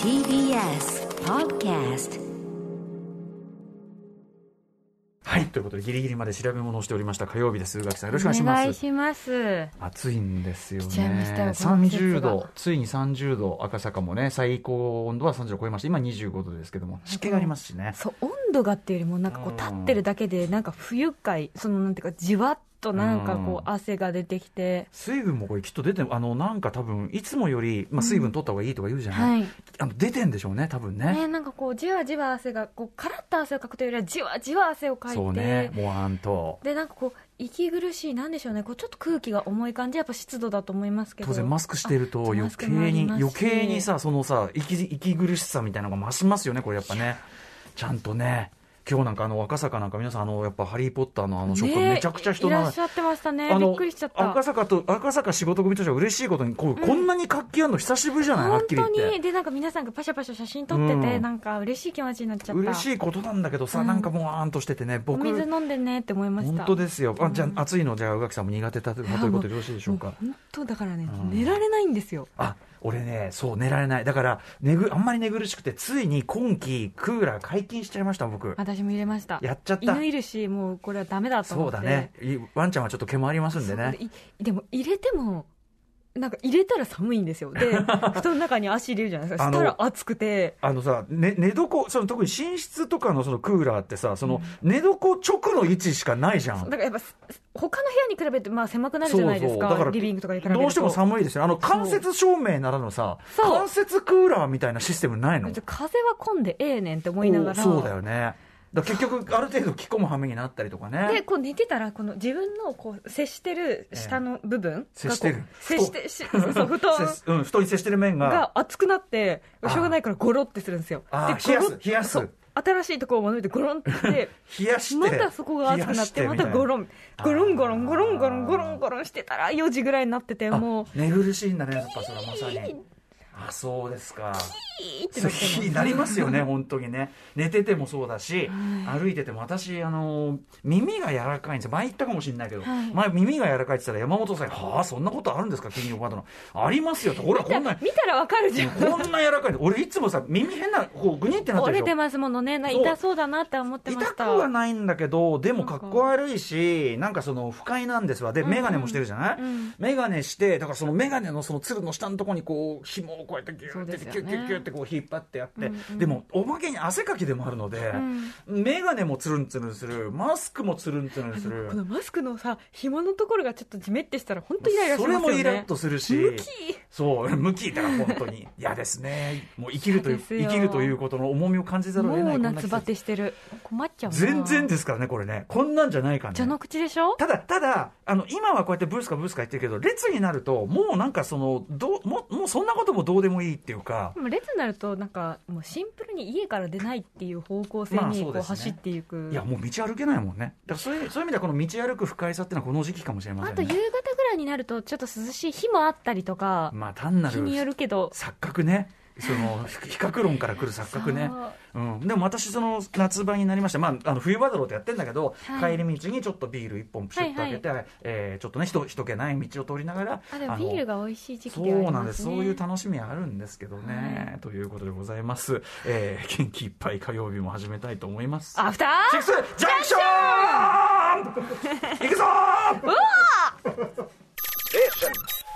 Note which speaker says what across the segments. Speaker 1: TBS Podcast
Speaker 2: はいということでギリギリまで調べ物をしておりました火曜日です宇垣さんよろしくお願いします
Speaker 3: お願いします。
Speaker 2: 暑いんですよね。
Speaker 3: 来ちゃいましたよこの季節
Speaker 2: 30
Speaker 3: が
Speaker 2: 度、ついに30度、赤坂もね、最高温度は30度超えました。今25度ですけども、湿気がありますしね。
Speaker 3: そう温度がっていうよりもなんかこ
Speaker 2: う
Speaker 3: うん立ってるだけでなんか不愉快そのなんていうかじわっとなんかこ
Speaker 2: う
Speaker 3: う汗が出てきて、
Speaker 2: 水分もこれきっと出て、あの、なんか多分、いつもより、まあ、水分取った方がいいとか言うじゃない、
Speaker 3: はい。
Speaker 2: あの出てんでしょうね、多分ね。
Speaker 3: ねなんかこうじわじわ汗がこうカラッと汗をかくというよりはじわじわ汗をかいて、
Speaker 2: そうね、もわんと。
Speaker 3: でなんかこう息苦しいなんでしょうねこうちょっと空気が重い感じやっぱ湿度だと思いますけど。
Speaker 2: 当然マスクしてると
Speaker 3: あ
Speaker 2: 余
Speaker 3: マス
Speaker 2: 計
Speaker 3: クもあり
Speaker 2: に
Speaker 3: ますし
Speaker 2: 余計にさそのさ息息苦しさみたいなのが増しますよねこれやっぱねちゃんとね今日なんかあの赤坂なんか皆さんあのやっぱハリー・ポッターのあのショップ
Speaker 3: ね
Speaker 2: めちゃくちゃ人
Speaker 3: い
Speaker 2: な
Speaker 3: らっしゃってましたね
Speaker 2: あ
Speaker 3: び
Speaker 2: の
Speaker 3: っくりしちゃった
Speaker 2: 赤坂と赤坂仕事組としては嬉しいことにこう、こんなに活気あるの久しぶりじゃない
Speaker 3: 本
Speaker 2: はっきり
Speaker 3: 当
Speaker 2: 言って
Speaker 3: にでなんか皆さんがパシャパシャ写真撮ってて、
Speaker 2: うん
Speaker 3: なんか嬉しい気持ちになっちゃった
Speaker 2: 嬉しいことなんだけどさ、
Speaker 3: うん
Speaker 2: なんかもうあーんとしててね
Speaker 3: お
Speaker 2: 僕
Speaker 3: 水飲んでねって思いまし
Speaker 2: 本
Speaker 3: た
Speaker 2: 当ですよあじゃ
Speaker 3: うん
Speaker 2: あ暑いのじゃあ宇垣さんも苦手だということでよろしいでしょう
Speaker 3: も
Speaker 2: か
Speaker 3: う本当だからね、
Speaker 2: うん
Speaker 3: 寝られないんですよ
Speaker 2: あ俺ね、そう、寝られない、だから、寝ぐあんまり寝苦しくて、ついに今季、クーラー解禁しちゃいました、僕、
Speaker 3: 私も入れました
Speaker 2: やっちゃった
Speaker 3: 犬、いるしもうこれはダメだと思
Speaker 2: そ
Speaker 3: っ
Speaker 2: う
Speaker 3: て
Speaker 2: だね、いワンちゃんはちょっと毛もありますんでね、
Speaker 3: そういでも入れてもなんか入れたら寒いんですよ で布団の中に足入れるじゃないですか
Speaker 2: あ
Speaker 3: し
Speaker 2: の
Speaker 3: たら暑くて
Speaker 2: あのさ、ね、寝床その、特に寝室とかのそのクーラーってさ、その寝床直の位置しかないじゃ
Speaker 3: だ
Speaker 2: ん
Speaker 3: か。らやっぱす他の部屋に比べてまあ狭くなるじゃないですか
Speaker 2: そうそうだから
Speaker 3: リビングとかに比べると
Speaker 2: どうしても寒いですよね、あの間接照明ならのさ、
Speaker 3: そう
Speaker 2: 間接クーラーみたいなシステムないの
Speaker 3: 風は混んでええねんって思いながら
Speaker 2: そうだよね、だから結局、ある程度着込む羽目になったりとかね。
Speaker 3: でこう寝てたらこの自分のこう接してる下の部分がこう
Speaker 2: 接してる
Speaker 3: 接して しそう布団
Speaker 2: せうん、布団に接してる面
Speaker 3: が熱くなって
Speaker 2: あー
Speaker 3: しょうがないからゴロってするんですよ
Speaker 2: あ
Speaker 3: で
Speaker 2: ー冷やす
Speaker 3: ゴロッ
Speaker 2: 冷やす
Speaker 3: そう新しいところをまとめてゴロンってして
Speaker 2: 冷やして
Speaker 3: またそこが熱くなってまたゴロ
Speaker 2: ン
Speaker 3: ンゴロンゴロンゴロンゴロ
Speaker 2: あ
Speaker 3: ン
Speaker 2: ー
Speaker 3: ゴロンゴロンしてたら4時ぐらいになっててもう
Speaker 2: 寝苦しいんだねやっぱそれはまさにあそうですか
Speaker 3: ピーってなって
Speaker 2: 気になります よね本当にね寝ててもそうだし、歩いてても私あの耳が柔らかいんですよ前言ったかもしれないけど、
Speaker 3: はい
Speaker 2: 前耳が柔らかいって言ったら山本さんはあそんなことあるんですか金曜パートナーありますよとほらこ んな
Speaker 3: 見たらわかるじゃん
Speaker 2: こんな柔らかいの俺いつもさ耳変なこうグニってなって
Speaker 3: 折れ
Speaker 2: るでしょ
Speaker 3: てますものねな
Speaker 2: そう
Speaker 3: 痛そうだなって思ってまし
Speaker 2: 痛く
Speaker 3: た
Speaker 2: はないんだけどでも
Speaker 3: な
Speaker 2: か
Speaker 3: んか
Speaker 2: っこ悪いしなんかその不快なんですわで
Speaker 3: うんうん
Speaker 2: 眼鏡もしてるじゃない、
Speaker 3: うん
Speaker 2: メガネしてだからそのメガネのそのつるの下のところにこう紐をこうやってギューって、
Speaker 3: そう
Speaker 2: キ
Speaker 3: で
Speaker 2: ュ
Speaker 3: すよ
Speaker 2: ッ
Speaker 3: ね
Speaker 2: キュッキュッってこう引っ張ってやって、
Speaker 3: うんうん
Speaker 2: でもおまけに汗かきでもあるので、メガネもつるんつるんするマスクもつるんつるんする
Speaker 3: このマスクのさ紐のところがちょっとジメってしたら本当イライラし
Speaker 2: そ
Speaker 3: ますよ
Speaker 2: れ
Speaker 3: ね
Speaker 2: もイラッとするし
Speaker 3: 向き
Speaker 2: そう向きだから本当に嫌ですねもう生きるという
Speaker 3: そうです
Speaker 2: 生
Speaker 3: よ
Speaker 2: きるということの重みを感じざるを得な
Speaker 3: も
Speaker 2: いうこんな季
Speaker 3: 夏バ
Speaker 2: 節
Speaker 3: テしてる困っちゃうな
Speaker 2: 全然ですからねこれねこんなんじゃないからね
Speaker 3: 蛇の口でしょ
Speaker 2: ただ、ただ、あの、今はこうやってブースかブースか言ってるけど、列になると、もうなんかその、どう、もう、もうそんなこともどうでもいいっていうか
Speaker 3: で、も列になるとなんかもうシンプルに家から出ないっていう方向性
Speaker 2: まあ
Speaker 3: に
Speaker 2: そう
Speaker 3: こ
Speaker 2: で
Speaker 3: う
Speaker 2: すね
Speaker 3: 走っていく、
Speaker 2: いや、もう道歩けないもんね。だからそういう、そういう意味ではこの道歩く不快さっていうのはこの時期かもしれま
Speaker 3: あ
Speaker 2: せん
Speaker 3: と夕方
Speaker 2: ね。
Speaker 3: ぐらいになるとちょっと涼しい日もあったりとか、
Speaker 2: まあ単な
Speaker 3: 日
Speaker 2: る
Speaker 3: によるけど
Speaker 2: 錯覚ね。その、ひ比 較論から来る錯覚ね。うん、でも私、その夏場になりました、まあ、あの冬場だろうってやってんだけど、
Speaker 3: はい
Speaker 2: 帰り道にちょっとビール一本、プシュッと開けて、えーちょっとね、人人気ない道を通りながら、
Speaker 3: あでも
Speaker 2: あ
Speaker 3: ビ
Speaker 2: の
Speaker 3: ールが美味しい時期
Speaker 2: そ
Speaker 3: ではありま
Speaker 2: う
Speaker 3: すね
Speaker 2: なんです、そういう楽しみあるんですけどね、ということでございます、えー、元気いっぱい火曜日も始めたいと思います
Speaker 3: アフタ
Speaker 2: シッ
Speaker 3: ー
Speaker 2: クスジャンクションいくぞー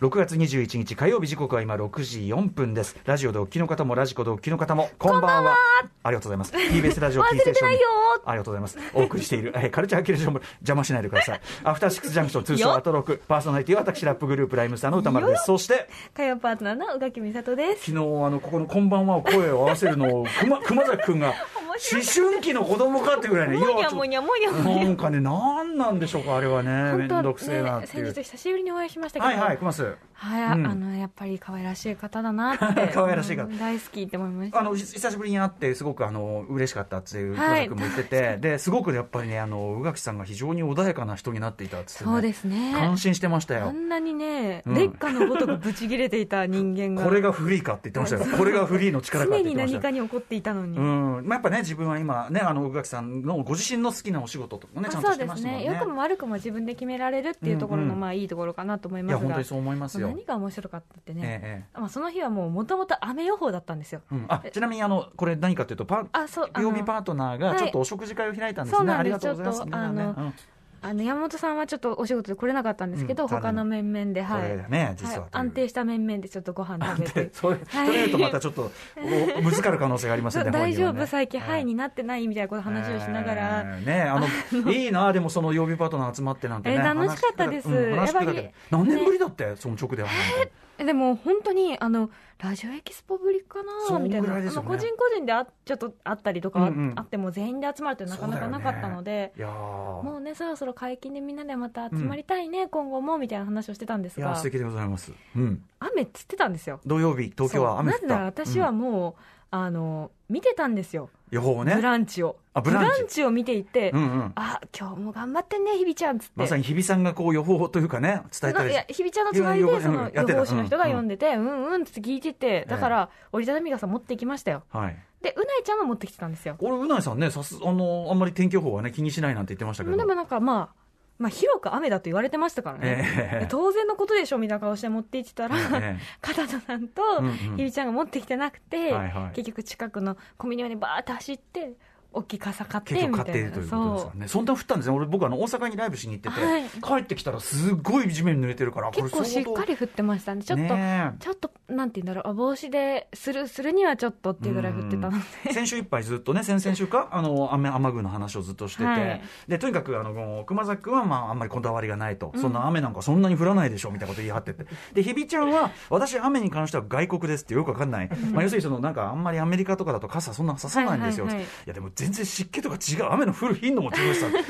Speaker 2: 6月21日火曜日時刻は今6時4分ですラジオでお聞きの方もラジコでお聞きの方もこんばんはありがとうございます TBS ラジオキーステーション
Speaker 3: 忘れてないよ
Speaker 2: ありがとうございますお送りしている、えーカルチャーキュレーションも邪魔しないでくださいアフターシックスジャンクション通称
Speaker 3: よ
Speaker 2: アトロクパーソナリティは私ラップグループライムスターの歌丸ですそして
Speaker 3: 火曜パートナーの宇垣美里です
Speaker 2: 昨日あのここの「こんばんは」を声を合わせるのを 熊熊崎君が
Speaker 3: 白
Speaker 2: 思春期の子供かってぐらいね
Speaker 3: もにゃ
Speaker 2: ちょ
Speaker 3: もにゃもにゃもにゃ
Speaker 2: なんかね何なんでしょうかあれはね
Speaker 3: 本
Speaker 2: 面
Speaker 3: 当は
Speaker 2: 倒くせえなってい
Speaker 3: ね、
Speaker 2: う
Speaker 3: 先日久しぶりにお会いしましたけど、
Speaker 2: はいはい熊須
Speaker 3: はい、
Speaker 2: うん
Speaker 3: あのやっぱり可愛らしい方だなって
Speaker 2: 可愛らしい方
Speaker 3: うん大好きって思いました
Speaker 2: あのひ久しぶりに会ってすごくあの嬉しかったっていう熊
Speaker 3: はい
Speaker 2: 崎君も言ってて、ですごくやっぱりねあの宇垣さんが非常に穏やかな人になっていたっつって、ね、
Speaker 3: そうですね
Speaker 2: 感心してました
Speaker 3: あ
Speaker 2: よ
Speaker 3: んなにね、
Speaker 2: うん
Speaker 3: 劣化のごとくブチ切れていた人間が
Speaker 2: これがフリーかって言ってましたよこれがフリーの力かっ
Speaker 3: 常
Speaker 2: て言
Speaker 3: に
Speaker 2: ってまし
Speaker 3: 何
Speaker 2: た
Speaker 3: か
Speaker 2: よ
Speaker 3: に起こっていたのに、
Speaker 2: うんまあ、やっぱね自分は今ねあの宇垣さんのご自身の好きなお仕事とかもねちゃんと
Speaker 3: そう
Speaker 2: して
Speaker 3: で
Speaker 2: ますしたもん
Speaker 3: ね
Speaker 2: ね
Speaker 3: 良くも悪くも自分で決められるっていうところ
Speaker 2: うん
Speaker 3: の
Speaker 2: うん
Speaker 3: まあいいところかなと思い
Speaker 2: い
Speaker 3: ま
Speaker 2: や
Speaker 3: す
Speaker 2: 本当
Speaker 3: が
Speaker 2: にそう思いますよ、
Speaker 3: 何が面白かったってね、
Speaker 2: ええ
Speaker 3: まあ、その日はもうもともと雨予報だったんですよ
Speaker 2: ええうん、あちなみにあのこれ何かというとパー
Speaker 3: あそうあ
Speaker 2: 曜日
Speaker 3: の
Speaker 2: パートナーが
Speaker 3: はい
Speaker 2: ちょっとお食事会を開いたんですね、
Speaker 3: そうなんです
Speaker 2: ありがとうございます
Speaker 3: ちょっと
Speaker 2: みんなね
Speaker 3: あの
Speaker 2: うん
Speaker 3: あの山本さんはちょっとお仕事で来れなかったんですけど、
Speaker 2: うん
Speaker 3: 他の面々で
Speaker 2: こ
Speaker 3: はい、
Speaker 2: れだね実
Speaker 3: はい
Speaker 2: は、、
Speaker 3: 安定した面々でちょっとご飯食べて
Speaker 2: で それ
Speaker 3: はい
Speaker 2: それ言うとまたちょっとおぶつかる可能性があります
Speaker 3: そ
Speaker 2: よ
Speaker 3: う
Speaker 2: ね
Speaker 3: 大丈夫
Speaker 2: 最
Speaker 3: 最
Speaker 2: 近
Speaker 3: 近ハイになってないみたいなこと話をしながら、
Speaker 2: えーねあ のいいなでもその曜日パートナー集まってなんてね、
Speaker 3: えー楽しかったです
Speaker 2: 話聞くだけうん話聞くだけ
Speaker 3: やっ
Speaker 2: で
Speaker 3: ぱり
Speaker 2: 何年ぶりだって、その直では、
Speaker 3: でも本当にあのラジオエキスポぶりか
Speaker 2: そ
Speaker 3: なんみ
Speaker 2: ぐ
Speaker 3: たいな
Speaker 2: らいですよね
Speaker 3: あの個人個人であちょっとあったりとかは、
Speaker 2: うんうん
Speaker 3: あっても全員で集まるってなかなかなかったので、
Speaker 2: いやー
Speaker 3: もうねそろそろ解禁でみんなでまた集まりたいね、今後もみたいな話をしてたんです
Speaker 2: いやー
Speaker 3: が
Speaker 2: 素敵でございます、うん、
Speaker 3: 雨っつってたんですよ
Speaker 2: 土曜日東京は雨降っ
Speaker 3: そ
Speaker 2: た
Speaker 3: うなぜなら私はもう、あの見てたんですよ
Speaker 2: うん予報をね
Speaker 3: ブランチを
Speaker 2: あブランチ
Speaker 3: を見ていて、
Speaker 2: うんうん、
Speaker 3: あ今日も頑張ってんねひびちゃんっつって、
Speaker 2: まさに日比さんがこう予報というかね伝えた
Speaker 3: の
Speaker 2: り
Speaker 3: いやひびちゃんの隣
Speaker 2: いやい
Speaker 3: で
Speaker 2: や
Speaker 3: そ
Speaker 2: うん
Speaker 3: の
Speaker 2: や
Speaker 3: 予
Speaker 2: ってた
Speaker 3: 報士の人が
Speaker 2: うんうん
Speaker 3: 読んでてうんうんって聞いててだから折りたたみ傘持ってきましたよ
Speaker 2: はい、
Speaker 3: でうないちゃんも持ってきてたんですよ
Speaker 2: 俺うないさんねさすあのあんまり天気予報はね気にしないなんて言ってました
Speaker 3: で
Speaker 2: けど
Speaker 3: もなんかまあまあ広く雨だと言われてましたからね、
Speaker 2: ええ
Speaker 3: 当然のことでしょみたいな顔して持って行ってたら、
Speaker 2: え
Speaker 3: 片田さんと
Speaker 2: うんうん
Speaker 3: ひびちゃんが持ってきてなく て、
Speaker 2: はいはい
Speaker 3: 結局近くのコンビニまでバーって走って大きい傘買っ
Speaker 2: 結
Speaker 3: てみ
Speaker 2: 局買ったてい
Speaker 3: い
Speaker 2: る
Speaker 3: な
Speaker 2: ということですからねそんな降ったんですね俺僕あの大阪にライブしに行ってて、帰ってきたらすごい地面濡れてるからこれ
Speaker 3: 結構しっかり降ってましたねちょっと、
Speaker 2: ねえ
Speaker 3: ちょっとなんて言うんだろうあ帽子でするするにはちょっとっていうぐらい降ってたので
Speaker 2: 先週いっぱいずっとね、先々週か、あの雨雨具の話をずっとしてて、
Speaker 3: はい
Speaker 2: でとにかくあのもう熊崎君は、まあ、あんまりこだわりがないと、
Speaker 3: うん
Speaker 2: そんな雨なんかそんなに降らないでしょみたいなこと言い張ってて、で日比ちゃんは、私、雨に関しては外国ですってよくわかんない、まあ、要するにそのなんかあんまりアメリカとかだと傘、そんなささないんですよ、
Speaker 3: はい
Speaker 2: い
Speaker 3: はいはい
Speaker 2: や、でも全然湿気とか違う、雨の降る頻度も違うしさ。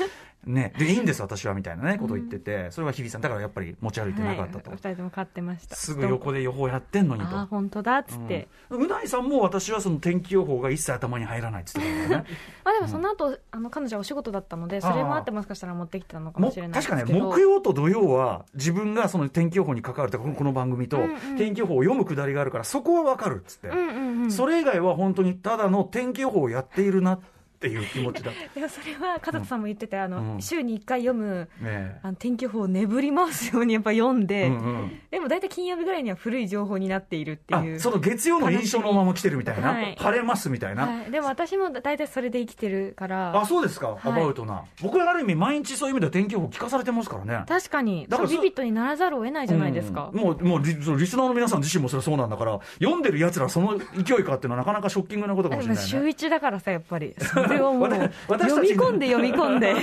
Speaker 2: ね、でいいんです、私はみたいなね、こと言ってて、それは日比さん、だからやっぱり持ち歩いてなかったと、
Speaker 3: はい、2人とも買ってました
Speaker 2: すぐ横で予報やってんのにと
Speaker 3: ああ、本当だっつって、
Speaker 2: うんうないさんも私はその天気予報が一切頭に入らないって言って たからね
Speaker 3: まあでもその後、あの彼女はお仕事だったのでそれもあってもしかしたら持ってきてたのかも
Speaker 2: も
Speaker 3: しれない
Speaker 2: 確か
Speaker 3: で
Speaker 2: ね
Speaker 3: すけど
Speaker 2: 木曜と土曜は自分がその天気予報に関わるとかこのこの番組
Speaker 3: う
Speaker 2: と
Speaker 3: んうん
Speaker 2: 天気予報を読むくだりがあるからそこは分かるっつって、
Speaker 3: うんうんうん
Speaker 2: それ以外は本当にただの天気予報をやっているなっていう気持 ちだった、ね
Speaker 3: でもそれは片田さんも言ってて、あの
Speaker 2: うん
Speaker 3: 週に1回読む
Speaker 2: え
Speaker 3: あの天気予報を眠り回すようにやっぱ読んで、
Speaker 2: うんうん
Speaker 3: でも大体金曜日ぐらいには古い情報になっているって
Speaker 2: あ
Speaker 3: いう
Speaker 2: その月曜の印象のまま来てるみたいな、
Speaker 3: はい
Speaker 2: 晴れますみたいな、
Speaker 3: はい、でも私も大体それで生きてるから
Speaker 2: あそうですか、
Speaker 3: い
Speaker 2: アバウトな僕はある意味毎日そういう意味では天気予報聞かされてますからね
Speaker 3: 確かに
Speaker 2: だから
Speaker 3: そう
Speaker 2: そ
Speaker 3: ビビットにならざるを得ないじゃないですか、
Speaker 2: うんもうもうリそのリスナーの皆さん自身もそれはそうなんだから読んでるやつらその勢いかっていうのはなかなかショッキングなことかも
Speaker 3: で
Speaker 2: しれ
Speaker 3: も
Speaker 2: ない
Speaker 3: 週
Speaker 2: ね
Speaker 3: 一だからさやっぱりそれをもう
Speaker 2: 私私たち
Speaker 3: 読み込んで読み込んで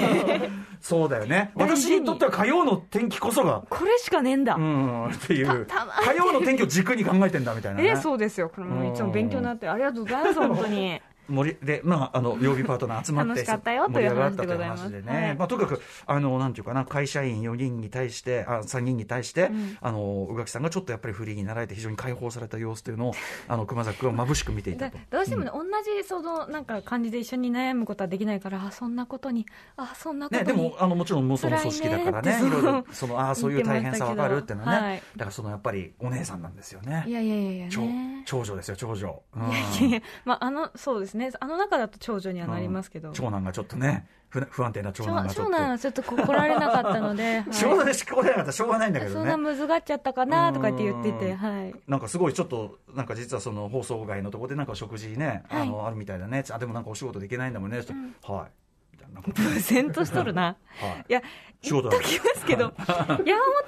Speaker 2: そうだよね
Speaker 3: 大事に
Speaker 2: 私にとっては火曜の天気こそが
Speaker 3: これしかねえんだ、
Speaker 2: うんっていう
Speaker 3: たたま
Speaker 2: 火曜の天気を軸に考えてんだみたいな、ね
Speaker 3: ええそうですよこれもいつも勉強になってありがとうございます本当 に
Speaker 2: 盛りで、まあ、あの曜日パートナー集まって
Speaker 3: 楽しかったよと
Speaker 2: 盛
Speaker 3: い
Speaker 2: り
Speaker 3: う
Speaker 2: 上がっ
Speaker 3: 話
Speaker 2: た
Speaker 3: でご
Speaker 2: という
Speaker 3: ざいます
Speaker 2: 話でね、
Speaker 3: はい
Speaker 2: まあ、とにかくあのなんていうかな会社員4人に対してあ3人に対して、
Speaker 3: ん
Speaker 2: あの宇垣さんがちょっとやっぱりフリーになられて非常に解放された様子というのをあの熊崎君は眩しく見ていた
Speaker 3: だ
Speaker 2: と。
Speaker 3: どうしてもね、同じそのなんか感じで一緒に悩むことはできないからあそんなことにあそんなこと
Speaker 2: ね、
Speaker 3: に、
Speaker 2: でもあのもちろん妄想の組織だから
Speaker 3: 辛い
Speaker 2: ねい
Speaker 3: ね
Speaker 2: ろ
Speaker 3: っ
Speaker 2: い
Speaker 3: て
Speaker 2: ろそのああそういう大変さわかるってのはね、
Speaker 3: はい
Speaker 2: だからそのやっぱりお姉さんなんですよね
Speaker 3: いやいやいやいや
Speaker 2: 長
Speaker 3: ね
Speaker 2: 長女ですよ長女、うん
Speaker 3: いやいやまああのそうですねあの中だと長女にはなりますけど、
Speaker 2: うん長男がちょっとね不不安定な長
Speaker 3: 長
Speaker 2: 男がちょ
Speaker 3: 長
Speaker 2: っと
Speaker 3: 男はちょっとこ来られなかったので、はい
Speaker 2: 長男でしか来れなかったらしょうがないんだけ
Speaker 3: そ
Speaker 2: ど
Speaker 3: んな
Speaker 2: ね
Speaker 3: むずがっちゃったかなとかって言ってて、
Speaker 2: うん
Speaker 3: はい、
Speaker 2: なんかすごいちょっとなんか実はその放送外のところでなんか食事ね、
Speaker 3: はい
Speaker 2: あのあるみたいだねあでもなんかお仕事できないんだもんね、ちょっとはいみたいななんか
Speaker 3: プセンとしとるな。
Speaker 2: はい
Speaker 3: いや、
Speaker 2: 仕事
Speaker 3: 言っときますけど、 山本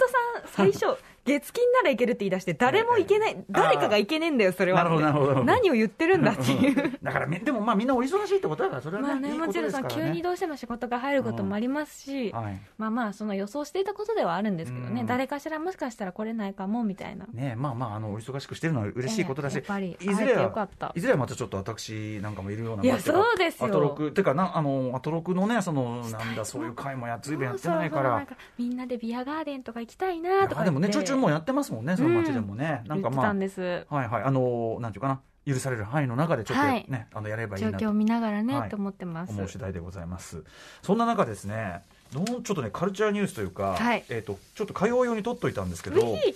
Speaker 3: さん、最初、月金ならいけるって言い出して、誰もいけない、誰かがいけねえんだよ、それは。
Speaker 2: なるほどなるほど
Speaker 3: 何を言ってるんだっていう。
Speaker 2: だからみでもまあみんなお忙しいってことだからそれは ね,、
Speaker 3: まあね、
Speaker 2: いいこ
Speaker 3: も
Speaker 2: と
Speaker 3: ちろ
Speaker 2: で
Speaker 3: ん
Speaker 2: す
Speaker 3: そ
Speaker 2: か
Speaker 3: の
Speaker 2: らね
Speaker 3: 急にどうしても仕事が入ることもありますし、
Speaker 2: はい
Speaker 3: まあまあ、その予想していたことではあるんですけどね、
Speaker 2: うん
Speaker 3: 誰かしらもしかしたら来れないかもみたいな。
Speaker 2: ねまあまああのお忙しくしてるのは嬉しいことだし、
Speaker 3: ええやっぱり
Speaker 2: いず
Speaker 3: 会え
Speaker 2: れ
Speaker 3: てよか
Speaker 2: は
Speaker 3: った
Speaker 2: いずれはまたちょっと私なんかもいるようない
Speaker 3: や
Speaker 2: なんていか
Speaker 3: そうですよ
Speaker 2: アトロクてかなあのアトロクのねそのなんだそういう会もやついぶんやってないか
Speaker 3: そうそうそうなん
Speaker 2: ら。
Speaker 3: みんなでビアガーデンとか行きたいなとか言って
Speaker 2: あでもねちょいちょいもうやってますもんねその街でもね、なんか
Speaker 3: 言って
Speaker 2: ま
Speaker 3: た
Speaker 2: あ
Speaker 3: んです
Speaker 2: はいはいあのなんていうかな許される範囲の中でちょっと
Speaker 3: はい
Speaker 2: ね、あのやればいい
Speaker 3: 状
Speaker 2: な
Speaker 3: 況を
Speaker 2: と
Speaker 3: 見ながらね、
Speaker 2: はい
Speaker 3: と思ってます
Speaker 2: 思う次第でございますそんな中ですねどうちょっとねカルチャーニュースというか、
Speaker 3: はい
Speaker 2: えっ、とちょっと火曜用に取っといたんですけ
Speaker 3: う
Speaker 2: ど
Speaker 3: ひ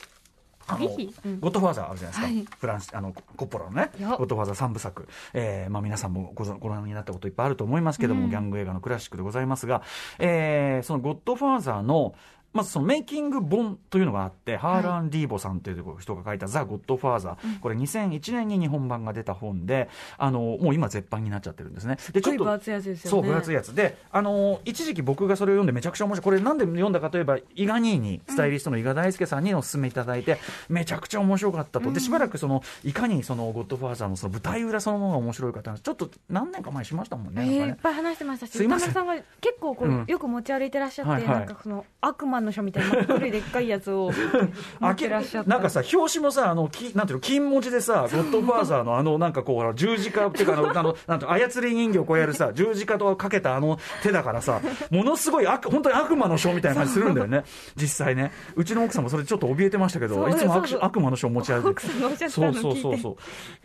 Speaker 2: あ
Speaker 3: ぜ
Speaker 2: の
Speaker 3: ひうん
Speaker 2: ゴッドファーザーあるじゃないですか、
Speaker 3: はい
Speaker 2: フランスあのココッポラのね
Speaker 3: よ
Speaker 2: ゴッドファーザー3部作、えーまあ、皆さんもごぞご覧になったこといっぱいあると思いますけども、ギャング映画のクラシックでございますが、えーそのゴッドファーザーのまずそのメイキング本というのがあって、ハーラン・ディーボさんという人が書いた「ザ・ゴッドファーザー」これ2001年に日本版が出た本であのもう今絶版になっちゃってるんですねで
Speaker 3: ごい分厚いやつですよね
Speaker 2: そう分厚いやつで、あのー一時期僕がそれを読んでめちゃくちゃ面白いこれなんで読んだかといえば伊賀兄にスタイリストの伊賀大輔さんにお勧めいただいて、めちゃくちゃ面白かったと、でしばらくそのいかにその「ゴッドファーザー」のその舞台裏そのものが面白いかって話ちょっと何年か前にしましたもん
Speaker 3: え
Speaker 2: ね,、
Speaker 3: ーい
Speaker 2: な
Speaker 3: っ
Speaker 2: んかね
Speaker 3: ぱい話してましたし、
Speaker 2: すい
Speaker 3: 歌
Speaker 2: ま
Speaker 3: 丸
Speaker 2: せん
Speaker 3: さんが結構こう、
Speaker 2: うん
Speaker 3: よく持ち歩いてらっしゃって、
Speaker 2: はいはい
Speaker 3: なんかその悪魔の書みたいな、黒いでっかいやつ を持
Speaker 2: あ
Speaker 3: っ
Speaker 2: け
Speaker 3: てらっしゃった。
Speaker 2: なんかさ表紙もさあのきなんていうの金文字でさ「ゴッドファーザー」のあのなんかこうあの十字架ってい うかあのあのなんていうの操り人形をこうやるさ十字架とかけたあの手だからさものすごい悪本当に悪魔の書みたいな感じするんだよ ね実際ねうちの奥さんもそれちょっと怯えてましたけど
Speaker 3: そう
Speaker 2: いつも
Speaker 3: そうそう
Speaker 2: 悪悪魔の書を持ち歩いて
Speaker 3: 奥さんがおっしゃってたの聞いて
Speaker 2: そうそうそうそ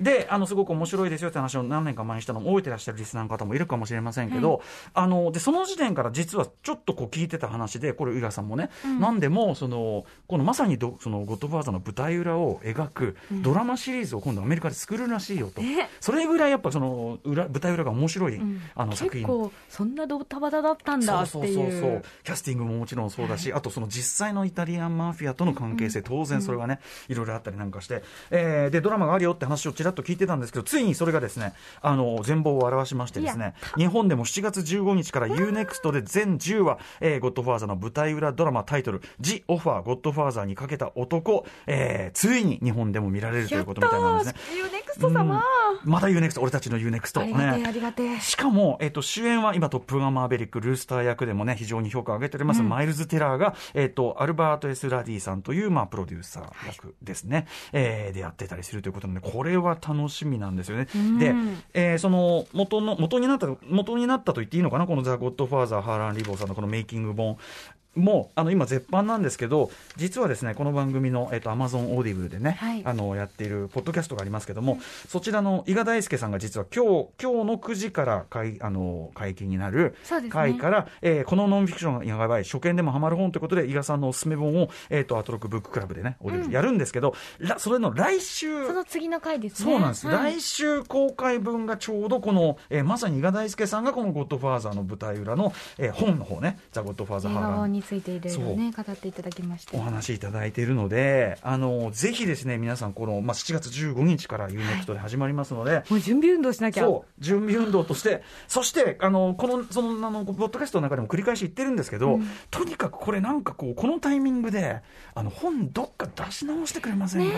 Speaker 2: うであのすごく面白いですよって話を何年か前にしたのも覚えてらっしゃるリスナーの方もいるかもしれませんけど、あのでその時点から実はちょっとこう聞いてた話でこれ浦さんもね、なんでもそのこのまさにどそのゴッドファーザーの舞台裏を描くドラマシリーズを今度アメリカで作るらしいよと、
Speaker 3: ね
Speaker 2: それぐらいやっぱその裏舞台裏が面白い、あの作
Speaker 3: 結
Speaker 2: 品
Speaker 3: 構、そんなドタバタだったんだっていう。
Speaker 2: キャスティングももちろんそうだし、あとその実際のイタリアンマフィアとの関係性、当然それがね、いろいろあったりなんかして、えーでドラマがあるよって話をちらっと聞いてたんですけどついにそれがですねあの全貌を表しましてですね日本でも7月15日から UNEXT で全10話「えーゴッドファーザー」の舞台裏ドラマタイトル「ジ・オファーゴッドファーザー」にかけた男、えーついに日本でも見られるとい
Speaker 3: や
Speaker 2: う
Speaker 3: った
Speaker 2: ことみたいなんです
Speaker 3: ー
Speaker 2: ね。、
Speaker 3: ユーネクスト様、
Speaker 2: うんまた UNEXT 俺たちの UNEXT
Speaker 3: ありがて
Speaker 2: ね
Speaker 3: え、ありがてえ。
Speaker 2: しかも、えっと、主演は今、トップガンマーベリック、ルースター役でもね、非常に評価を上げております、マイルズ・テラーが、えっと、アルバート・エス・ラディさんという、まあ、プロデューサー役ですね、えーでやってたりするということなので、これは楽しみなんですよね。で、えーその、元の、元になった、元になったと言っていいのかな、このザ・ゴッドファーザー、ハーラン・リボーさんのこのメイキング本。もうあの今、絶版なんですけど、実はですねこの番組の、えっと Amazon オーディブルでね、
Speaker 3: はい
Speaker 2: あのやっているポッドキャストがありますけども、そちらの伊賀大輔さんが実は今日今日の9時から会あの解禁になる
Speaker 3: そうですね
Speaker 2: 会から、えーこのノンフィクションがやばい初見でもハマる本ということで伊賀さんのおすすめ本を、えっとアトロックブッククラブでねオーディブルやるんですけど、らそれの来週
Speaker 3: その次の回ですね。
Speaker 2: そうなんです、
Speaker 3: はい
Speaker 2: 来週公開分がちょうどこの、えーまさに伊賀大輔さんがこの「ゴッドファーザー」の舞台裏の、えー本の方ね「ザ・ゴッドファーザー・
Speaker 3: 映
Speaker 2: ハー
Speaker 3: 画
Speaker 2: ラ
Speaker 3: 本
Speaker 2: ン
Speaker 3: についていろいろね、語っていただきまして
Speaker 2: お。話いただいているので、あのぜひですね皆さんこの、まあ、7月15日から UNEXT で始まりますので、
Speaker 3: もう準備運動しなきゃ。
Speaker 2: そう準備運動として、そしてあのこのそのあのポッドキャストの中でも繰り返し言ってるんですけど、とにかくこれなんかこうこのタイミングであの本どっか出し直してくれませんか。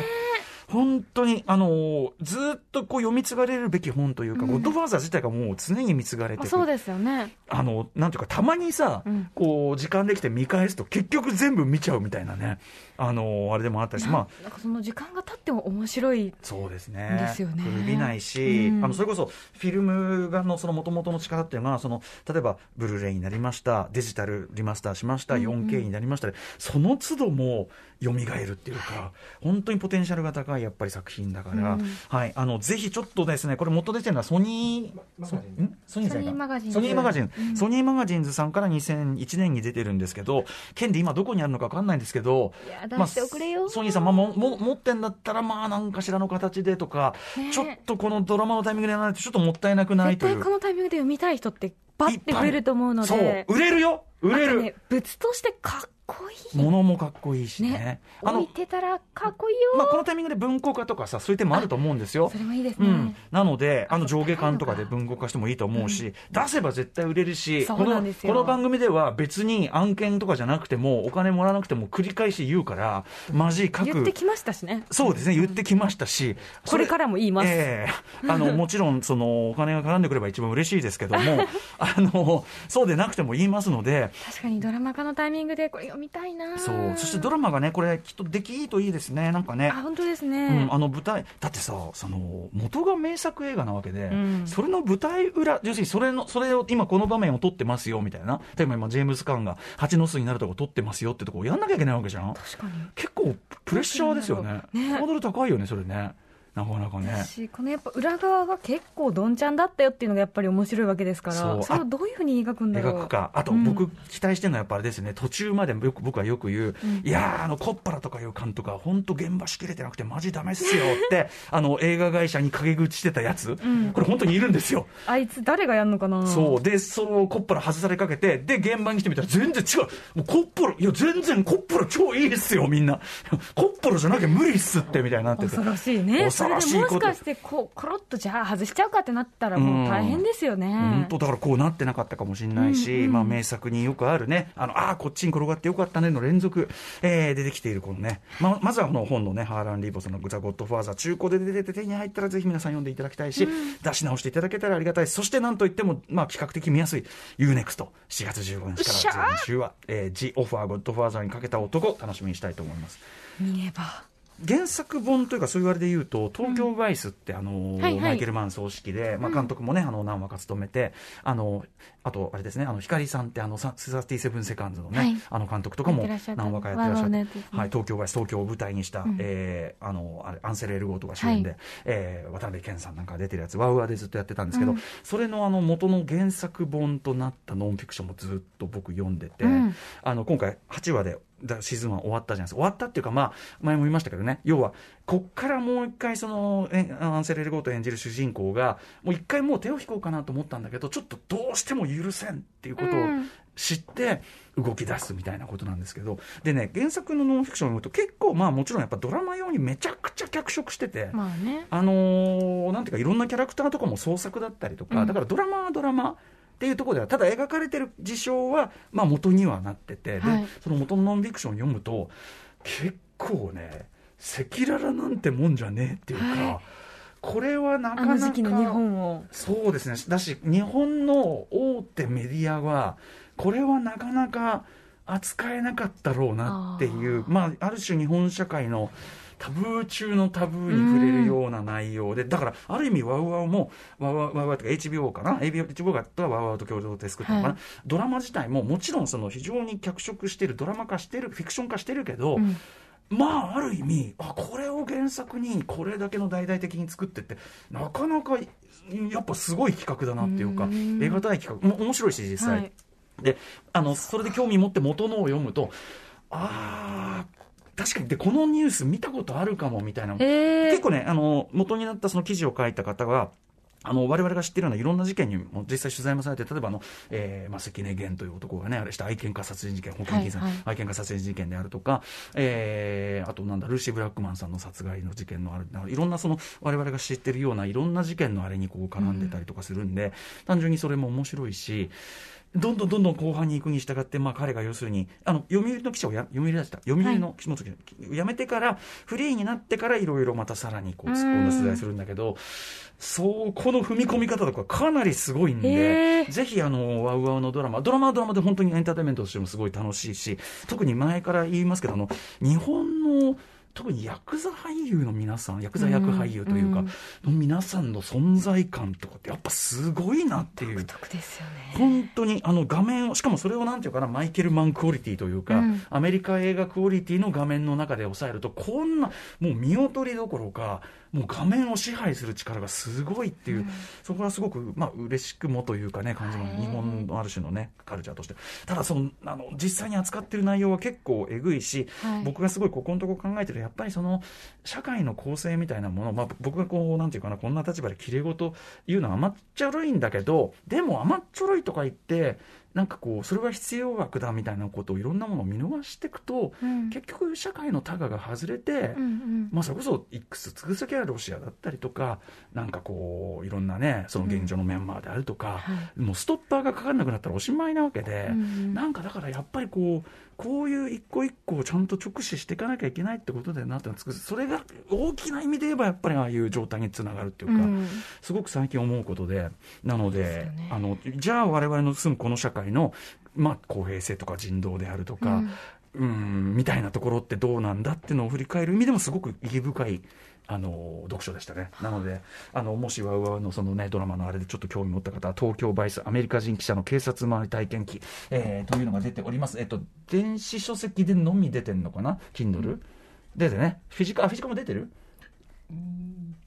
Speaker 2: 本当にあのずっとこう読み継がれるべき本というか、ゴッドファーザー自体がもう常に見継がれて
Speaker 3: まあ、
Speaker 2: る
Speaker 3: そうですよね。
Speaker 2: あのなんていうかたまにさ、
Speaker 3: うん
Speaker 2: こう時間できて見返すと結局全部見ちゃうみたいなねあのあれでもあったりしまあ
Speaker 3: なんかその時間が経っても面白い。
Speaker 2: そうですね。
Speaker 3: ですよね
Speaker 2: 古びないし、
Speaker 3: うん
Speaker 2: あのそれこそフィルムがのその元々の力っていうのはその例えばブルーレイになりました、デジタルリマスターしました、4K になりましたで、その都度も蘇るっていうか、本当にポテンシャルが高いやっぱり作品だから、
Speaker 3: うん
Speaker 2: はいあのぜひちょっとですねこれ元出てるのはソニーソんソニーじゃない
Speaker 3: ソニーマガ
Speaker 2: か
Speaker 3: ジンズ
Speaker 2: ソニーマガジン、
Speaker 3: うん
Speaker 2: ソニーマガジンズさんから2001年に出てるんですけど、県で今どこにあるのかわかんないんですけど、
Speaker 3: いや、出
Speaker 2: まあ
Speaker 3: しておくれよ。
Speaker 2: ソニーさん、まあ、もも持ってんだったら、まあ、何かしらの形でとか、
Speaker 3: ねえ
Speaker 2: ちょっとこのドラマのタイミングでやらないと、ちょっともったいなくない
Speaker 3: 絶
Speaker 2: とい
Speaker 3: 対
Speaker 2: う
Speaker 3: こ。のタイミングで読みたい人って、バッて
Speaker 2: いっぱい
Speaker 3: 増えると思うので。
Speaker 2: そう、売れるよ売れ
Speaker 3: あと
Speaker 2: る、
Speaker 3: ね、物としてかっこいい。
Speaker 2: 物もかっこいいしね。
Speaker 3: ね
Speaker 2: あ
Speaker 3: 置い
Speaker 2: の、
Speaker 3: てたらかっこいいよ。
Speaker 2: まあ、このタイミングで文庫化とかさ、そういう手もあると思うんですよ
Speaker 3: そ。れもいいです
Speaker 2: う
Speaker 3: ね。
Speaker 2: ん、なので、あの
Speaker 3: そう
Speaker 2: 上下巻とかで文語化してもいいと思うし、出せば絶対売れるし、
Speaker 3: そ
Speaker 2: こ
Speaker 3: うな
Speaker 2: の
Speaker 3: んですよ
Speaker 2: この番組では別に案件とかじゃなくても、お金もらわなくても繰り返し言うから、マジ各
Speaker 3: 言ってきましたしね。
Speaker 2: そうですね、言ってきましたし、
Speaker 3: これからも言います
Speaker 2: ええ あのもちろんその、お金が絡んでくれば一番嬉しいですけどもあの、そうでなくても言いますので、
Speaker 3: 確かにドラマ化のタイミングでこれ読みたいな。
Speaker 2: そうそしてドラマがね、これ、きっとできいいといいですね、なんかね。
Speaker 3: あ、本当です
Speaker 2: う
Speaker 3: ね
Speaker 2: ん、。あの舞台だってさその元が名作映画なわけで、
Speaker 3: ん
Speaker 2: それの舞台裏要するにそれのそれを今この場面を撮ってますよみたいな例えば今ジェームズ・カーンが蜂の巣になるとこ撮ってますよってとこをやんなきゃいけないわけじゃん
Speaker 3: 確かに。
Speaker 2: 結構プレッシャーですよね
Speaker 3: ね
Speaker 2: ハードル高いよねそれねなかなかね。
Speaker 3: しこのやっぱ裏側が結構どんちゃんだったよっていうのがやっぱり面白いわけですから
Speaker 2: そう
Speaker 3: それをどういうふうに描くんだろう
Speaker 2: 描くか、あと
Speaker 3: うん
Speaker 2: 僕、期待してるのはやっぱあれですよね、途中までよく僕はよく言う、いやー、あのコッパラとかいう監督は、本当、現場しきれてなくて、マジダメっすよ って、あの映画会社に陰口してたやつ、
Speaker 3: ん
Speaker 2: これ、本当にいるんですよ。
Speaker 3: あいつ誰がやるのかな
Speaker 2: そうでそのコッパラ外されかけてで現場に来てみたら全然違うもうコッパラいや全然コッパラ超いいっすよみんな コッパラじゃなきゃ無理っすってみたいになってて
Speaker 3: 恐ろしいね
Speaker 2: 恐ろしい
Speaker 3: それで
Speaker 2: こと
Speaker 3: もしかしてこうコロッとじゃあ外しちゃうかってなったらもう大変ですよね、
Speaker 2: 本当だからこうなってなかったかもしれないし、まあ、名作によくあるね、あのあー、こっちに転がってよかったねの連続、えー出てきているこのね、ままずはこの本のね、ハーラン・リーボスのザ・ゴッドファーザー、中古で出てて手に入ったら、ぜひ皆さん読んでいただきたいし、出し直していただけたらありがたい、そしてなんといっても、まあ、比較的見やすい UNEXT、7月15日
Speaker 3: うっし
Speaker 2: か
Speaker 3: ゃ
Speaker 2: ら、前週は、えー、ジ・オファー・ゴッドファーザーにかけた男、楽しみにしたいと思います。
Speaker 3: 見れば
Speaker 2: 原作本というかそういうあれで言うと「東京バイス」ってあの、
Speaker 3: はいはい
Speaker 2: マイケル・マン葬式で、まあ、監督もね、あの何話か務めてあのあとあれですねあの光さんってあのサ37セカンズのね、
Speaker 3: はい
Speaker 2: あの監督とか
Speaker 3: や
Speaker 2: も
Speaker 3: ってらっしゃった
Speaker 2: 何話かやってらっし
Speaker 3: ワ
Speaker 2: ゃ
Speaker 3: ゴ
Speaker 2: って、
Speaker 3: ネットですね
Speaker 2: はい、東京バイス東京を舞台にした、えーあのあれアンセル・エルゴーとか主演で、
Speaker 3: は
Speaker 2: えー渡辺謙さんなんかが出てるやつワウワウでずっとやってたんですけど、それのあの元の原作本となったノンフィクションもずっと僕読んでて、
Speaker 3: うん
Speaker 2: あの今回8話でだシーズン1終わったじゃないですか終わったっていうか、まあ、前も言いましたけどね要はこっからもう一回そのえアンセル・エルゴート演じる主人公がもう一回もう手を引こうかなと思ったんだけどちょっとどうしても許せんっていうことを
Speaker 3: うん
Speaker 2: 知って動き出すみたいなことなんですけど、でね原作のノンフィクションを読むと結構まあもちろんやっぱドラマ用にめちゃくちゃ脚色してて。
Speaker 3: まあね
Speaker 2: あのーなんていうかいろんなキャラクターとかも創作だったりとか、
Speaker 3: うん
Speaker 2: だからドラマはドラマっていうところではただ描かれてる事象は、まあ、元にはなってて、で
Speaker 3: はい
Speaker 2: その元のノンフィクションを読むと結構ね赤裸々なんてもんじゃねえっていうか、
Speaker 3: は
Speaker 2: これはな
Speaker 3: あ
Speaker 2: かな
Speaker 3: の
Speaker 2: か
Speaker 3: 時期の日本を
Speaker 2: そうですねだし日本の大手メディアはこれはなかなか扱えなかったろうなっていう
Speaker 3: あー
Speaker 2: まあ、ある種日本社会のタブー中のタブーに触れるような内容で、だからある意味ワウワウもワウワウワウワウとか HBO かな HBO がワウワウと共同で作ったのかな、
Speaker 3: はい
Speaker 2: ドラマ自体ももちろんその非常に脚色してるドラマ化してるフィクション化してるけど、
Speaker 3: うん
Speaker 2: まあある意味あこれを原作にこれだけの大々的に作ってってなかなかやっぱすごい企画だなっていうか
Speaker 3: うん
Speaker 2: 得難い企画も面白いし実
Speaker 3: は
Speaker 2: 際、
Speaker 3: い
Speaker 2: であのそれで興味持って元のを読むとああ確かにでこのニュース見たことあるかもみたいな
Speaker 3: えー
Speaker 2: 結構ねあの元になったその記事を書いた方があの我々が知ってるようないろんな事件にも実際取材もされて例えばあの、えーまあ、関根源という男がねあれした愛犬家殺人事件保険金さん、
Speaker 3: はいはい
Speaker 2: 愛犬家殺人事件であるとか、えーあとなんだルーシー・ブラックマンさんの殺害の事件のあるいろんなその我々が知ってるようないろんな事件のあれにこう絡んでたりとかするんで、単純にそれも面白いしどんどんどんどん後半に行くに従って、まあ、彼が要するにあの読売の記者をや読売だした読売の記者をやめてから、フリーになってからいろいろまたさらにこう突っ込んだ取材するんだけどそうこの踏み込み方とかかなりすごいんで、
Speaker 3: へー
Speaker 2: ぜひあのワウワウのドラマドラマはドラマで本当にエンターテインメントとしてもすごい楽しいし特に前から言いますけどあの日本の特にヤクザ俳優の皆さんヤクザ役俳優というか、
Speaker 3: うん
Speaker 2: の皆さんの存在感とかってやっぱすごいなっていう
Speaker 3: 独特ですよね
Speaker 2: 本当にあの画面をしかもそれをなんていうかなマイケル・マンクオリティというか、
Speaker 3: うん
Speaker 2: アメリカ映画クオリティの画面の中で抑えるとこんなもう見劣りどころかもう画面を支配する力がすごいっていう、そこはすごくまあ嬉しくもというかね感じの
Speaker 3: はい
Speaker 2: 日本のある種のねカルチャーとしてただそのあの実際に扱ってる内容は結構えぐいし、
Speaker 3: はい
Speaker 2: 僕がすごいここのとこ考えてるやっぱりその社会の構成みたいなもの、まあ、僕がこうなんていうかなこんな立場で綺麗事言うのは甘っちょろいんだけどでも甘っちょろいとか言ってなんかこうそれは必要枠だみたいなことをいろんなものを見逃していくと
Speaker 3: うん
Speaker 2: 結局社会のタガが外れて、
Speaker 3: うんうん
Speaker 2: まあ、それこそいくつつくさきはロシアだったりとかなんかこういろんなねその現状のメンバーであるとか、もうストッパーがかかんなくなったらおしまいなわけで、
Speaker 3: うんうん
Speaker 2: なんかだからやっぱりこうこういう一個一個をちゃんと直視していかなきゃいけないってことだよなってのはつくづくそれが大きな意味で言えばやっぱりああいう状態につながるっていう
Speaker 3: う
Speaker 2: か、
Speaker 3: ん
Speaker 2: すごく最近思うことでなので
Speaker 3: よね
Speaker 2: あのじゃあ我々の住むこの社会の、まあ、公平性とか人道であるとか、うん、みたいなところってどうなんだっていうのを振り返る意味でもすごく意義深い。あの読書でしたねなのであのもしワウワウのその、ね、ドラマのあれでちょっと興味持った方は東京バイスアメリカ人記者の警察周り体験記、えーというのが出ております、えっと電子書籍でのみ出てんのかな Kindle、出てねフィジカあフィジカも出てる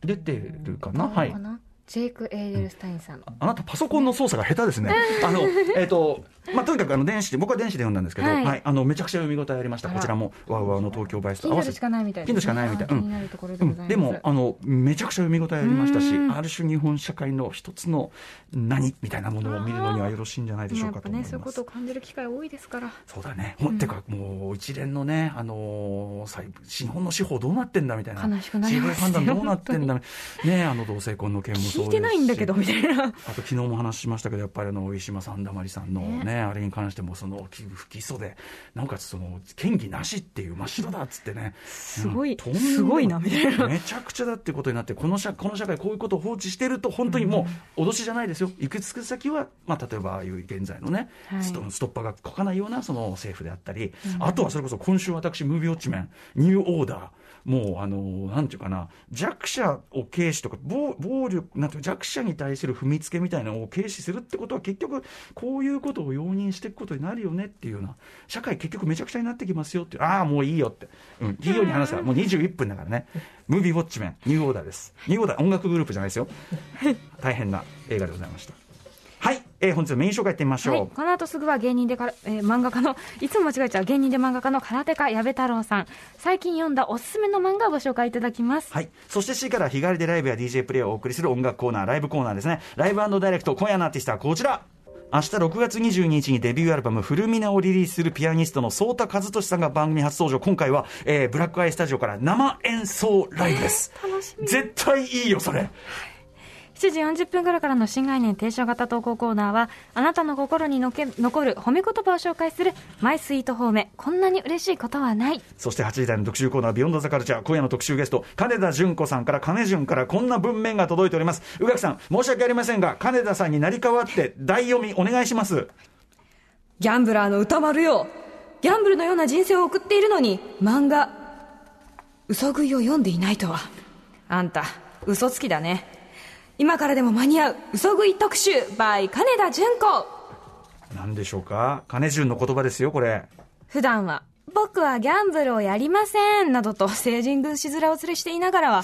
Speaker 2: 出てるかな、はい
Speaker 4: か、なジェイク・エーデルスタインさん。
Speaker 2: あなた、パソコンの操作が下手で すね。あの、えっ、と、まあ、とにかく、あの、電子で、僕は電子で読んだんですけど、は、
Speaker 4: はいい
Speaker 2: あの、めちゃくちゃ読み応えありました。
Speaker 4: あ
Speaker 2: こ
Speaker 4: ら
Speaker 2: ちらも、わうわうの東京バイスと合わ
Speaker 4: Kindle
Speaker 2: せ。
Speaker 4: してかないみたい
Speaker 2: ピンとしかないみたい。
Speaker 4: あ
Speaker 2: う
Speaker 4: ー
Speaker 2: ん
Speaker 4: 気になるところで
Speaker 2: う
Speaker 4: ござ
Speaker 2: ん、
Speaker 4: います。
Speaker 2: でもあのめちゃくちゃ読み応えありましたし
Speaker 4: うん
Speaker 2: ある種日本社会の一つの何みたいなものを見るのにはよろしいんじゃないでしょう
Speaker 4: や
Speaker 2: か
Speaker 4: っ
Speaker 2: と
Speaker 4: ぱ
Speaker 2: 思い
Speaker 4: ね、
Speaker 2: ます
Speaker 4: そういうことを感じる機会多いですから。
Speaker 2: そうだね、もうてかもう一連のね、あのーさい日本の司法どうなってんだみたいな、
Speaker 4: 悲しくなりますよ
Speaker 2: 司法判断どうなってんだ、ね、あの同性婚の件もそうですし
Speaker 3: 聞いてないんだけどみたいな
Speaker 2: あと昨日もお話ししましたけど、やっぱりあの上島さん、だまりさんのね、あれに関しても、そのき不起訴で、なおかつその嫌疑なしっていう、真っ白だっつってね、す
Speaker 3: ごいすごいなみたいな
Speaker 2: めちゃくちゃだってことになって、この社この社会、こういうことを放置してると、本当にもう、脅しじゃないですよ、行き着く先は、まあ、例えばああいう現在のね、
Speaker 3: はい
Speaker 2: ストストッパーがこかないようなその政府であったり、あとはそれこそ今週、私、ムービーウォッチメン、ニューオーダー。もうあのなんていうかな弱者を軽視とか暴暴力なんていうか弱者に対する踏みつけみたいなのを軽視するってことは結局こういうことを容認していくことになるよねっていうような社会結局めちゃくちゃになってきますよっていうああもういいよって、うん、企業に話したらもう21分だからねムービーウォッチメンニューオーダーですニューオーダー音楽グループじゃないです よ大変な映画でございましたはい、えー本日のメイン紹介いってみましょう、
Speaker 4: はい、この後すぐは芸人でから、 えー漫画家のいつも間違えちゃう芸人で漫画家の空手家矢部太郎さん最近読んだおすすめの漫画をご紹介いただきます、
Speaker 2: はい。そして C から日帰りでライブや DJ プレイをお送りする音楽コーナー、ライブコーナーですね。ライブダイレクト、今夜のアーティストはこちら。明日6月22日にデビューアルバム「フルミナ」をリリースするピアニストの颯太和俊さんが番組初登場今回は、えーブラックアイスタジオから生演奏ライブです、絶対いいよそれ
Speaker 4: 7時40分頃からの新概念提唱型投稿コーナーはあなたの心にのけ残る褒め言葉を紹介する「マイスイート褒めこんなに嬉しいことはない」
Speaker 2: そして8時台の特集コーナー、ビヨンドザカルチャー、今夜の特集ゲスト、金田純子さんから、金純からこんな文面が届いております。宇垣さん、申し訳ありませんが、金田さんになり代わって、大読みお願いします。
Speaker 3: ギャンブラーの歌丸よギャンブルのような人生を送っているのに漫画嘘食いを読んでいないとはあんた嘘つきだね今からでも間に合う嘘食い特集 by 金田純子
Speaker 2: なんでしょうか金純の言葉ですよ、これ。
Speaker 4: 普段は僕はギャンブルをやりませんなどと成人軍しずらを連れしていながらは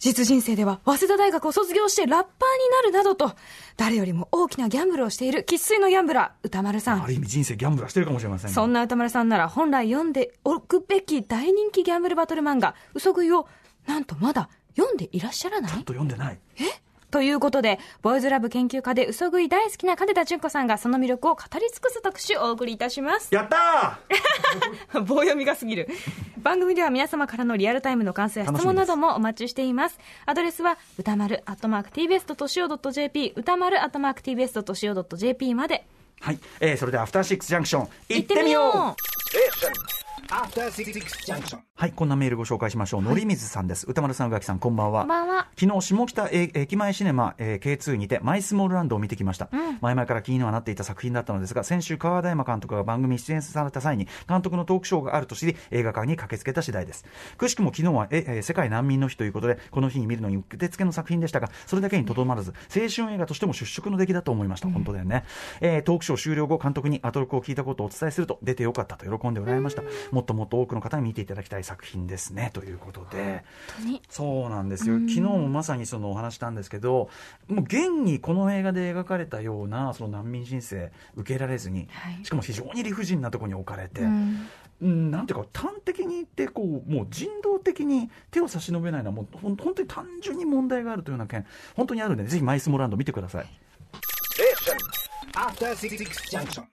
Speaker 3: 実人生では早稲田大学を卒業してラッパーになるなどと誰よりも大きなギャンブルをしている生粋のギャンブラー歌丸さん
Speaker 2: ある意味人生ギャンブルはしてるかもしれません。
Speaker 3: そん
Speaker 2: な。
Speaker 3: な歌丸さんなら本来読んでおくべき大人気ギャンブルバトル漫画「嘘食い」をなんとまだ読んでいらっしゃらな
Speaker 2: ちょっ
Speaker 3: い
Speaker 2: と読んでない。
Speaker 4: ということでボーイズラブ研究家で嘘食い大好きな金田純子さんがその魅力を語り尽くす特集をお送りいたします
Speaker 2: やった
Speaker 3: 棒読みが過ぎる
Speaker 4: 番組では皆様からのリアルタイムの感想や質問などもお待ちしていますアドレスは歌丸 atmarktbs.co.jp 歌丸 atmarktbs.co.jp まで
Speaker 2: ーはい。えー、それでは、アフターシックスジャンクション、行
Speaker 4: 行
Speaker 2: っ
Speaker 4: ってて
Speaker 2: み
Speaker 4: み
Speaker 2: よ
Speaker 4: よ
Speaker 2: う
Speaker 4: う
Speaker 5: After Six Junction.
Speaker 2: はい、こんなメールご紹介しましょう。のりみずさんです。歌丸さん、宇垣さん、こんばんは。
Speaker 4: こんばんは
Speaker 2: 昨日、下北え駅前シネマ、えー K2 にて、マイスモールランドを見てきました、前々から気にはなっていた作品だったのですが、先週、川田山監督が番組に出演された際に、監督のトークショーがあると知り、映画館に駆けつけた次第です。くしくも昨日は、ええー世界難民の日ということで、この日に見るのにうってつけの作品でしたが、それだけにとどまらず、青春映画としても出色の出来だと思いました。本当だよね。えートークショー終了後、監督にアトロクを聞いたことをお伝えすると、出てよかったと喜んでおられました。もっともっと多くの方に見ていただきたい作品ですね、ということで。
Speaker 4: 本当に
Speaker 2: そうなんですよ、昨日もまさにそのお話したんですけど、もう現にこの映画で描かれたようなその難民人生、受けられずに、
Speaker 4: はい
Speaker 2: しかも非常に理不尽なところに置かれて、
Speaker 4: うん
Speaker 2: うんなんていうか、端的に言ってこう、もう人道的に手を差し伸べないのは、もうほん本当に単純に問題があるというような件、本当にあるんで、ぜひマイスモランド見てください
Speaker 5: After Six Junction.